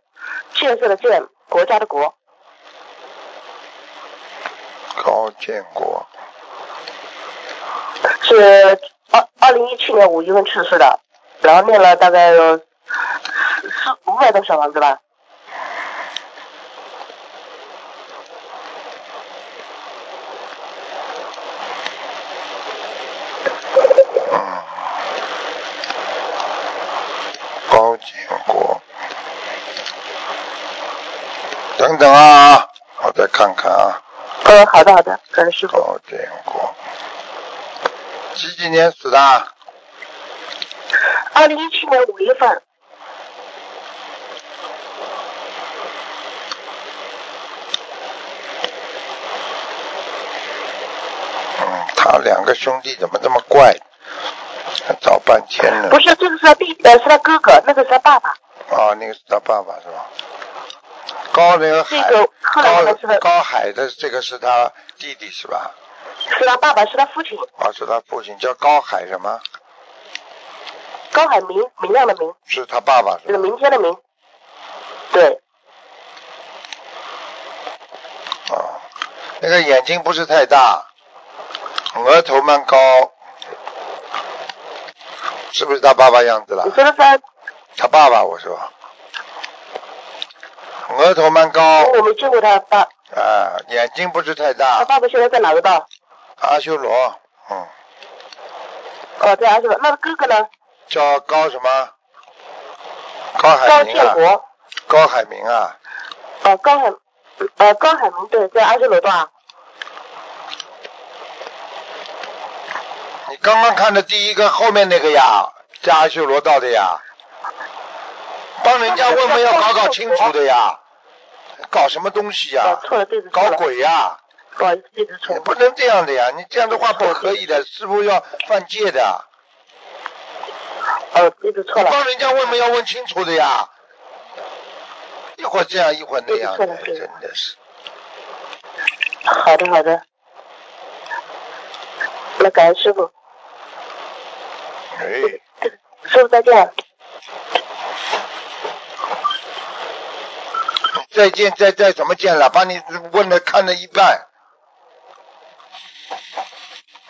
[SPEAKER 4] 建设的建，国家的国。
[SPEAKER 1] 高建国，
[SPEAKER 4] 是二二零一七年五月份去世的，然后念了大概有四五百多小房子吧。
[SPEAKER 1] 嗯，高建国，等等啊，我再看看啊，
[SPEAKER 4] 嗯，好的好的，感恩师傅。
[SPEAKER 1] 高建国，几几年死的啊？
[SPEAKER 4] 二零一七年五月份，
[SPEAKER 1] 嗯，他两个兄弟怎么这么怪？找半天呢
[SPEAKER 4] 不。是，这个是他弟，呃，是他哥哥，那个是他爸爸。
[SPEAKER 1] 啊，那个是他爸爸是吧？高那个
[SPEAKER 4] 这
[SPEAKER 1] 海，
[SPEAKER 4] 个后来我才知道
[SPEAKER 1] 高高海的这个是他弟弟是吧？
[SPEAKER 4] 是他爸爸，是他父亲，
[SPEAKER 1] 啊，是他父亲叫高海什么？
[SPEAKER 4] 高海明，明亮的明，
[SPEAKER 1] 是他爸爸
[SPEAKER 4] 这
[SPEAKER 1] 是
[SPEAKER 4] 个
[SPEAKER 1] 吧？
[SPEAKER 4] 明天的明。对，
[SPEAKER 1] 啊，那个眼睛不是太大，额头蛮高，是不是他爸爸样子
[SPEAKER 3] 你
[SPEAKER 1] 了？
[SPEAKER 3] 说的是
[SPEAKER 1] 他爸爸，我说，额头蛮高
[SPEAKER 4] 我没见过他爸，
[SPEAKER 1] 啊，眼睛不是太
[SPEAKER 4] 他
[SPEAKER 1] 大，
[SPEAKER 4] 爸爸现在在哪个道？
[SPEAKER 1] 阿修罗，嗯，
[SPEAKER 4] 哦，对，还是那哥哥呢？
[SPEAKER 1] 叫高什么？高海
[SPEAKER 4] 高
[SPEAKER 1] 明
[SPEAKER 4] 建
[SPEAKER 1] 啊，
[SPEAKER 4] 国，
[SPEAKER 1] 高海明啊，
[SPEAKER 4] 哦，高海，呃，高海明对，在阿修罗道啊。
[SPEAKER 1] 你刚刚看的第一个后面那个呀，加阿修罗道的呀，帮人家问问要搞搞清楚的呀，搞什么东西
[SPEAKER 4] 哦
[SPEAKER 3] 呃
[SPEAKER 1] 呀，？
[SPEAKER 4] 错了，对不起，
[SPEAKER 1] 搞
[SPEAKER 4] 错了，
[SPEAKER 1] 鬼呀！
[SPEAKER 4] 不好意思，对不起，错
[SPEAKER 1] 你
[SPEAKER 4] 了。
[SPEAKER 1] 不能这样的呀，你这样的话不可以的，师傅要犯戒的。
[SPEAKER 3] 呃
[SPEAKER 4] 哦，对不起，错
[SPEAKER 1] 你
[SPEAKER 4] 了，
[SPEAKER 1] 帮人家问问要问清楚的呀，一会儿这样一会儿那样的，
[SPEAKER 4] 对的对
[SPEAKER 1] 真
[SPEAKER 4] 的
[SPEAKER 1] 的是。
[SPEAKER 4] 好的，好的。那感恩师傅，
[SPEAKER 1] 哎，
[SPEAKER 4] 师傅再见。
[SPEAKER 1] 再见再再怎么见了？把你问的看了一半，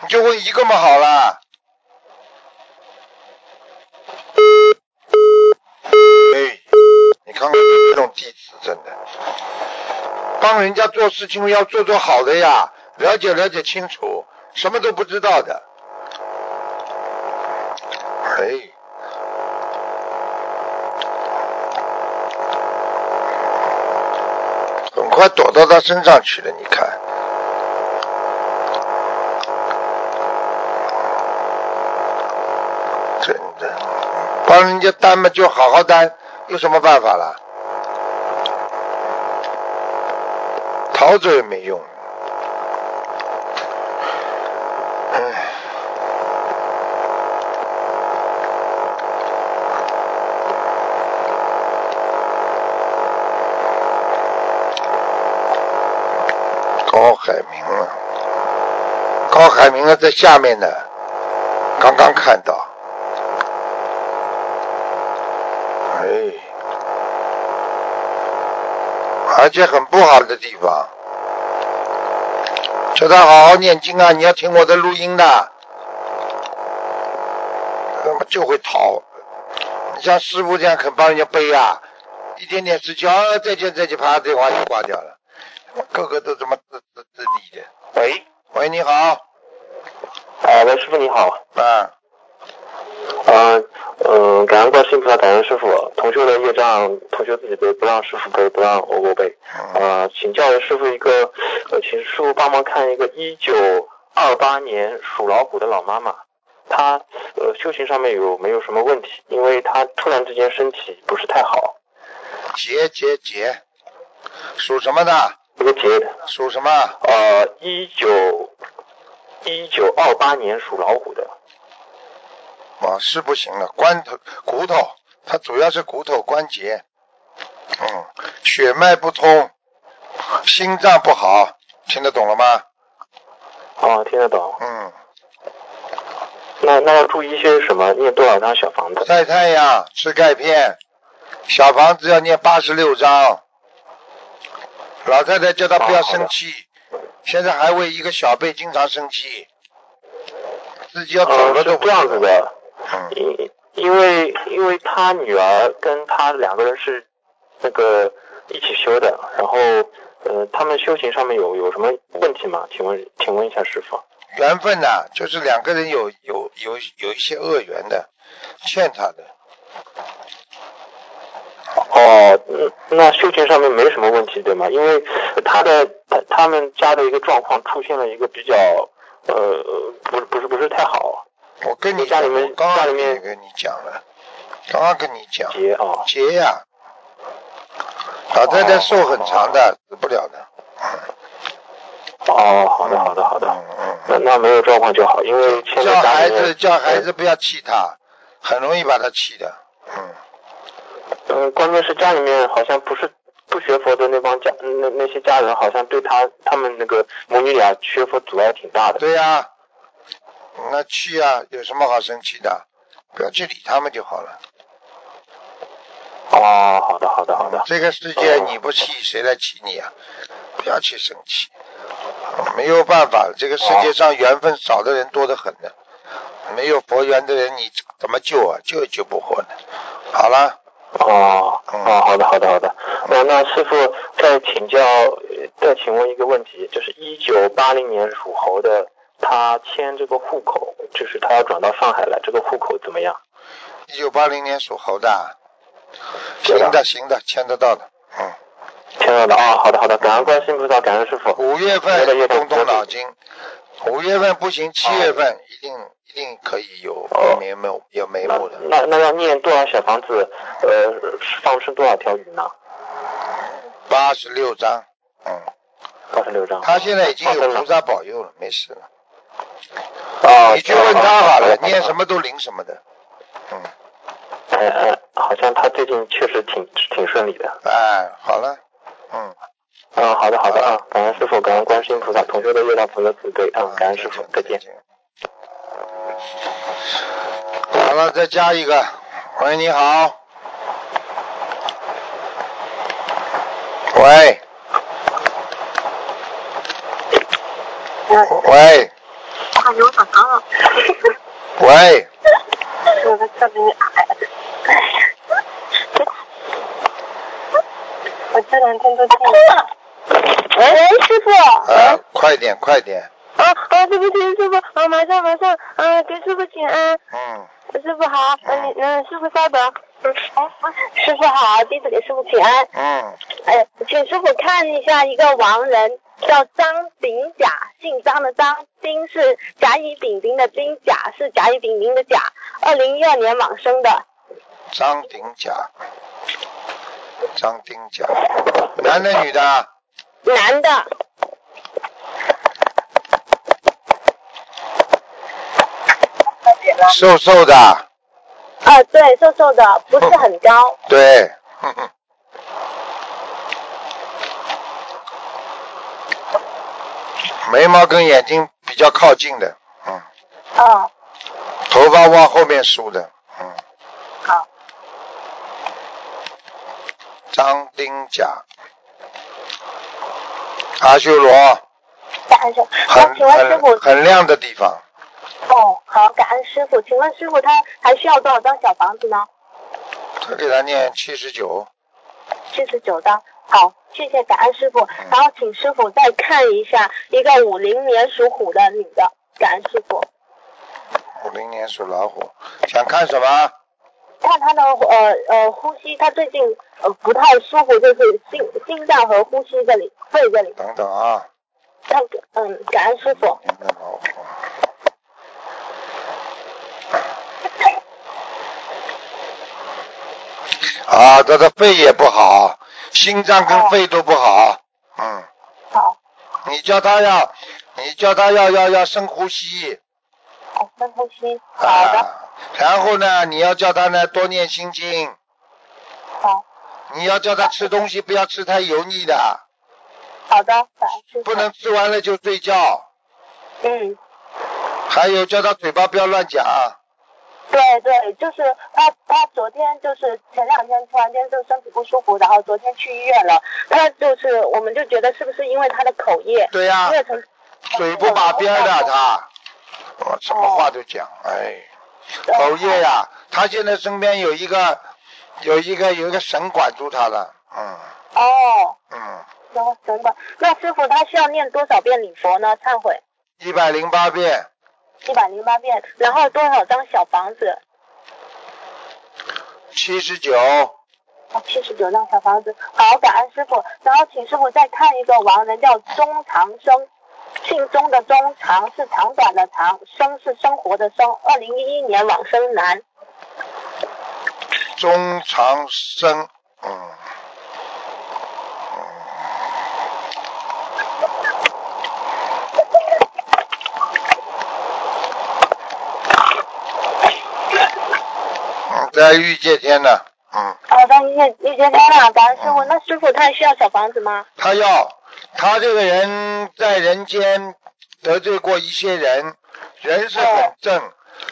[SPEAKER 1] 你就问一个嘛好了。哎，你看看这种弟子真的，帮人家做事情要做做好的呀，了解了解清楚，什么都不知道的。哎。很快躲到他身上去了。你看，真的，帮人家担嘛就好好担，有什么办法啦？逃走也没用。唉高海明了，高海明了在下面呢，刚刚看到。哎，而且很不好的地方，叫他好好念经啊！你要听我的录音的，那么就会逃。你像师傅这样肯帮人家背啊，一点点事情，啊，再见再见，啪，这话就挂掉了。个个都这么自自自立的。
[SPEAKER 2] 喂，
[SPEAKER 1] 喂，你好，
[SPEAKER 2] 啊，喂，师傅你好。
[SPEAKER 1] 啊，
[SPEAKER 2] 啊，嗯，感恩观世音菩萨，感恩师傅。同修的业障，同修自己背，不让师傅背，不让欧欧背。
[SPEAKER 1] 嗯
[SPEAKER 2] 啊，请教师傅一个，呃，请师傅帮忙看一个一九二八年属老虎的老妈妈，她呃修行上面有没有什么问题？因为她突然之间身体不是太好，
[SPEAKER 1] 杰杰杰，属什么的？
[SPEAKER 2] 一个结的。
[SPEAKER 1] 属什么？
[SPEAKER 2] 呃，一九一九二八年属老虎的，
[SPEAKER 1] 啊，是不行了，关头骨头，它主要是骨头关节，嗯，血脉不通，心脏不好，听得懂了吗？
[SPEAKER 2] 啊，听得懂。
[SPEAKER 1] 嗯，
[SPEAKER 2] 那那要注意些什么？念多少张小房子？
[SPEAKER 1] 晒太阳，吃钙片，小房子要念八十六章。老太太叫她不要生气，现在还为一个小辈经常生气，自己要走
[SPEAKER 2] 呃，
[SPEAKER 1] 了
[SPEAKER 2] 是
[SPEAKER 1] 都不
[SPEAKER 2] 这样子的。
[SPEAKER 1] 嗯，
[SPEAKER 2] 因因为因为他女儿跟他两个人是那个一起修的，然后呃，他们修行上面有有什么问题吗？请问请问一下师傅。
[SPEAKER 1] 缘分呐、就是两个人有有有有一些恶缘的，欠他的。
[SPEAKER 2] 哦，嗯那修行上面没什么问题对吗？因为他的他他们家的一个状况出现了一个比较呃不是不是不是太好
[SPEAKER 1] 我跟你
[SPEAKER 2] 家
[SPEAKER 1] 讲，
[SPEAKER 2] 里面
[SPEAKER 1] 我刚
[SPEAKER 2] 家
[SPEAKER 1] 刚
[SPEAKER 2] 里面
[SPEAKER 1] 跟你讲了，刚刚跟你讲，
[SPEAKER 2] 结啊、
[SPEAKER 1] 结呀、老太太寿很长的，死不了的。
[SPEAKER 2] 哦，好的好的好的，
[SPEAKER 1] 嗯嗯
[SPEAKER 2] 那那没有状况就好，因为现在
[SPEAKER 1] 叫
[SPEAKER 2] 家
[SPEAKER 1] 孩
[SPEAKER 2] 里
[SPEAKER 1] 子
[SPEAKER 2] 面
[SPEAKER 1] 叫孩子不要气他，很容易把他气的。嗯，
[SPEAKER 2] 呃，关键是家里面好像不是不学佛的那帮家那那些家人，好像对他他们那个母女俩学佛阻碍挺大的。
[SPEAKER 1] 对呀、那气啊，有什么好生气的？不要去理他们就好了。
[SPEAKER 2] 哦，好的，好的，好的。
[SPEAKER 1] 这个世界
[SPEAKER 2] 哦
[SPEAKER 1] 你不气谁来气你啊？不要去生气，没有办法，这个世界上缘分少的人多得很呢。没有佛缘的人，你怎么救啊？救也救不活呢。好了，
[SPEAKER 2] 哦，
[SPEAKER 1] 嗯
[SPEAKER 2] 哦，好的，好的，好的。那那师傅再请教，呃再请问一个问题，就是一九八零年属猴的，他迁这个户口，就是他要转到上海来，这个户口怎么样？
[SPEAKER 1] 一九八零年属猴的啊，
[SPEAKER 2] 是的
[SPEAKER 1] 行的行的，签得到的。嗯，
[SPEAKER 2] 迁到的啊，好的，好的，感恩观世音菩萨，感恩师傅。
[SPEAKER 1] 五月
[SPEAKER 2] 我的
[SPEAKER 1] 份
[SPEAKER 2] 业
[SPEAKER 1] 动
[SPEAKER 2] 障
[SPEAKER 1] 动脑筋，五月份不行，七月份一定一定可以有
[SPEAKER 2] 哦
[SPEAKER 1] 眉目有眉
[SPEAKER 2] 那
[SPEAKER 1] 目的。
[SPEAKER 2] 那那要念多少小房子？呃，放生多少条鱼呢？
[SPEAKER 1] 八十六
[SPEAKER 2] 哦
[SPEAKER 1] 章，嗯，
[SPEAKER 2] 八十六张。
[SPEAKER 1] 他现在已经有
[SPEAKER 2] 放生了
[SPEAKER 1] 菩萨保佑了，没事了。
[SPEAKER 2] 哦，
[SPEAKER 1] 你去问他好了，念
[SPEAKER 2] 么？
[SPEAKER 1] 什么都灵什么的。嗯，
[SPEAKER 2] 哎哎，好像他最近确实挺挺顺利的。
[SPEAKER 1] 哎，好了，嗯，
[SPEAKER 2] 嗯，好的好的
[SPEAKER 1] 好
[SPEAKER 2] 啊，感恩师傅，感恩观世音菩萨，同修的月亮菩萨慈悲啊，感恩师傅，再见。。
[SPEAKER 1] 好了，再加一个。喂，你好。喂。喂
[SPEAKER 3] 啊，有哪个？
[SPEAKER 1] 喂，
[SPEAKER 3] 我的特别矮。我这两天都听。喂喂，哎师傅。
[SPEAKER 1] 啊，快点快点，
[SPEAKER 2] 哦
[SPEAKER 3] 啊啊，对不起，师傅，啊，马上马上，啊，给师傅请安，
[SPEAKER 1] 嗯，
[SPEAKER 3] 师傅好，嗯、你嗯、师傅稍等，嗯，哎，师傅好，弟子给师傅请安，
[SPEAKER 1] 嗯，
[SPEAKER 3] 哎，请师傅看一下一个亡人，叫张丙甲，姓张的张，丁是甲乙丙丁的丁，甲是甲乙丙丁的甲，二零一二年往生的，
[SPEAKER 1] 张丁甲，张丁甲，男的女的啊？
[SPEAKER 3] 男的，
[SPEAKER 1] 瘦瘦的，
[SPEAKER 3] 啊，对，瘦瘦的，不是很高，
[SPEAKER 1] 对， 哼哼眉毛跟眼睛比较靠近的，嗯，
[SPEAKER 3] 哦，
[SPEAKER 1] 头发往后面梳的，嗯，
[SPEAKER 3] 好，
[SPEAKER 1] 张丁甲，阿修罗，
[SPEAKER 3] 感恩师傅，那
[SPEAKER 1] 很
[SPEAKER 3] 请问师傅
[SPEAKER 1] 很很亮的地方，
[SPEAKER 3] 哦，好，感恩师傅。请问师傅，他还需要多少张小房子呢？
[SPEAKER 1] 他给他念七十九，
[SPEAKER 3] 七十九张。好，谢谢感恩师傅。然后请师傅再看一下一个五零年属虎的女的，感恩师傅。
[SPEAKER 1] 五零年属老虎，想看什么？
[SPEAKER 3] 看她的呃呃呼吸，她最近呃不太舒服，就是心心脏和呼吸这里肺这里。
[SPEAKER 1] 等等啊，
[SPEAKER 3] 她嗯，感恩师傅。
[SPEAKER 1] 您的老虎。啊，他的肺也不好，心脏跟肺都不好。嗯，
[SPEAKER 3] 好，
[SPEAKER 1] 你叫他要，你叫他要要要深呼吸。
[SPEAKER 3] 好，深呼吸。好的，
[SPEAKER 1] 啊，然后呢，你要叫他呢多念心经，
[SPEAKER 3] 好，
[SPEAKER 1] 你要叫他吃东西不要吃太油腻的，
[SPEAKER 3] 好的，感恩师傅。
[SPEAKER 1] 不能吃完了就睡觉。
[SPEAKER 3] 嗯。
[SPEAKER 1] 还有叫他嘴巴不要乱讲。
[SPEAKER 3] 对对，就是他，他昨天就是前两天突然间就身体不舒服，然后昨天去医院了。他就是，我们就觉得是不是因为他的口业？
[SPEAKER 1] 对呀、
[SPEAKER 3] 因为从
[SPEAKER 1] 嘴不把边的他，我什么话都讲，哎，
[SPEAKER 3] 呃
[SPEAKER 1] 口业呀、他现在身边有一个有一个有一个神管住他了，嗯
[SPEAKER 3] 哦，
[SPEAKER 1] 嗯，
[SPEAKER 3] 然后等等，那师傅他需要念多少遍礼佛呢？忏悔
[SPEAKER 1] 一百零八遍，
[SPEAKER 3] 一百零八遍，然后多少张小房子？
[SPEAKER 1] 七十九，
[SPEAKER 3] 七十九张小房子。好，感恩师傅。然后请师傅再看一个亡人，叫钟长生，姓钟的钟，长是长短的长，生是生活的生。二零一一年往生男。
[SPEAKER 1] 中长生，嗯。嗯在欲界天呢，嗯。
[SPEAKER 3] 好的，你也你先天了，感恩师傅。哦那师傅他需要小房子吗？
[SPEAKER 1] 他要他这个人在人间得罪过一些人，人是很正，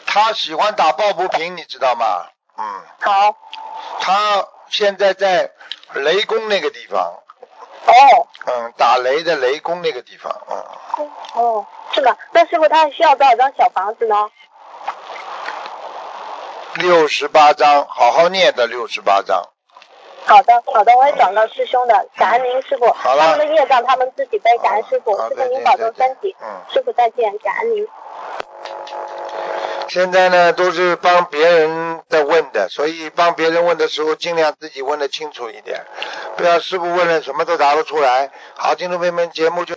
[SPEAKER 1] 他喜欢打抱不平，你知道吗？嗯，
[SPEAKER 3] 好，
[SPEAKER 1] 他现在在雷公那个地方，
[SPEAKER 3] 哦
[SPEAKER 1] 嗯，打雷的雷公那个地方，嗯，
[SPEAKER 3] 哦，是吧？那师傅他需要多少张小房子呢？
[SPEAKER 1] 六十八章，好好念的六十八章。
[SPEAKER 3] 好的，好的，我会转告师兄的，感恩您师傅，
[SPEAKER 1] 好了
[SPEAKER 3] 他们的业障他们自己背，感恩师傅，
[SPEAKER 1] 好
[SPEAKER 3] 师
[SPEAKER 1] 再
[SPEAKER 3] 傅
[SPEAKER 1] 见
[SPEAKER 3] 您保重
[SPEAKER 1] 再见
[SPEAKER 3] 身体，
[SPEAKER 1] 嗯
[SPEAKER 3] 师傅再见，感恩您。
[SPEAKER 1] 现在呢都是帮别人在问的，所以帮别人问的时候，尽量自己问的清楚一点，不要师傅问了什么都答不出来。好，听众朋友们，节目就。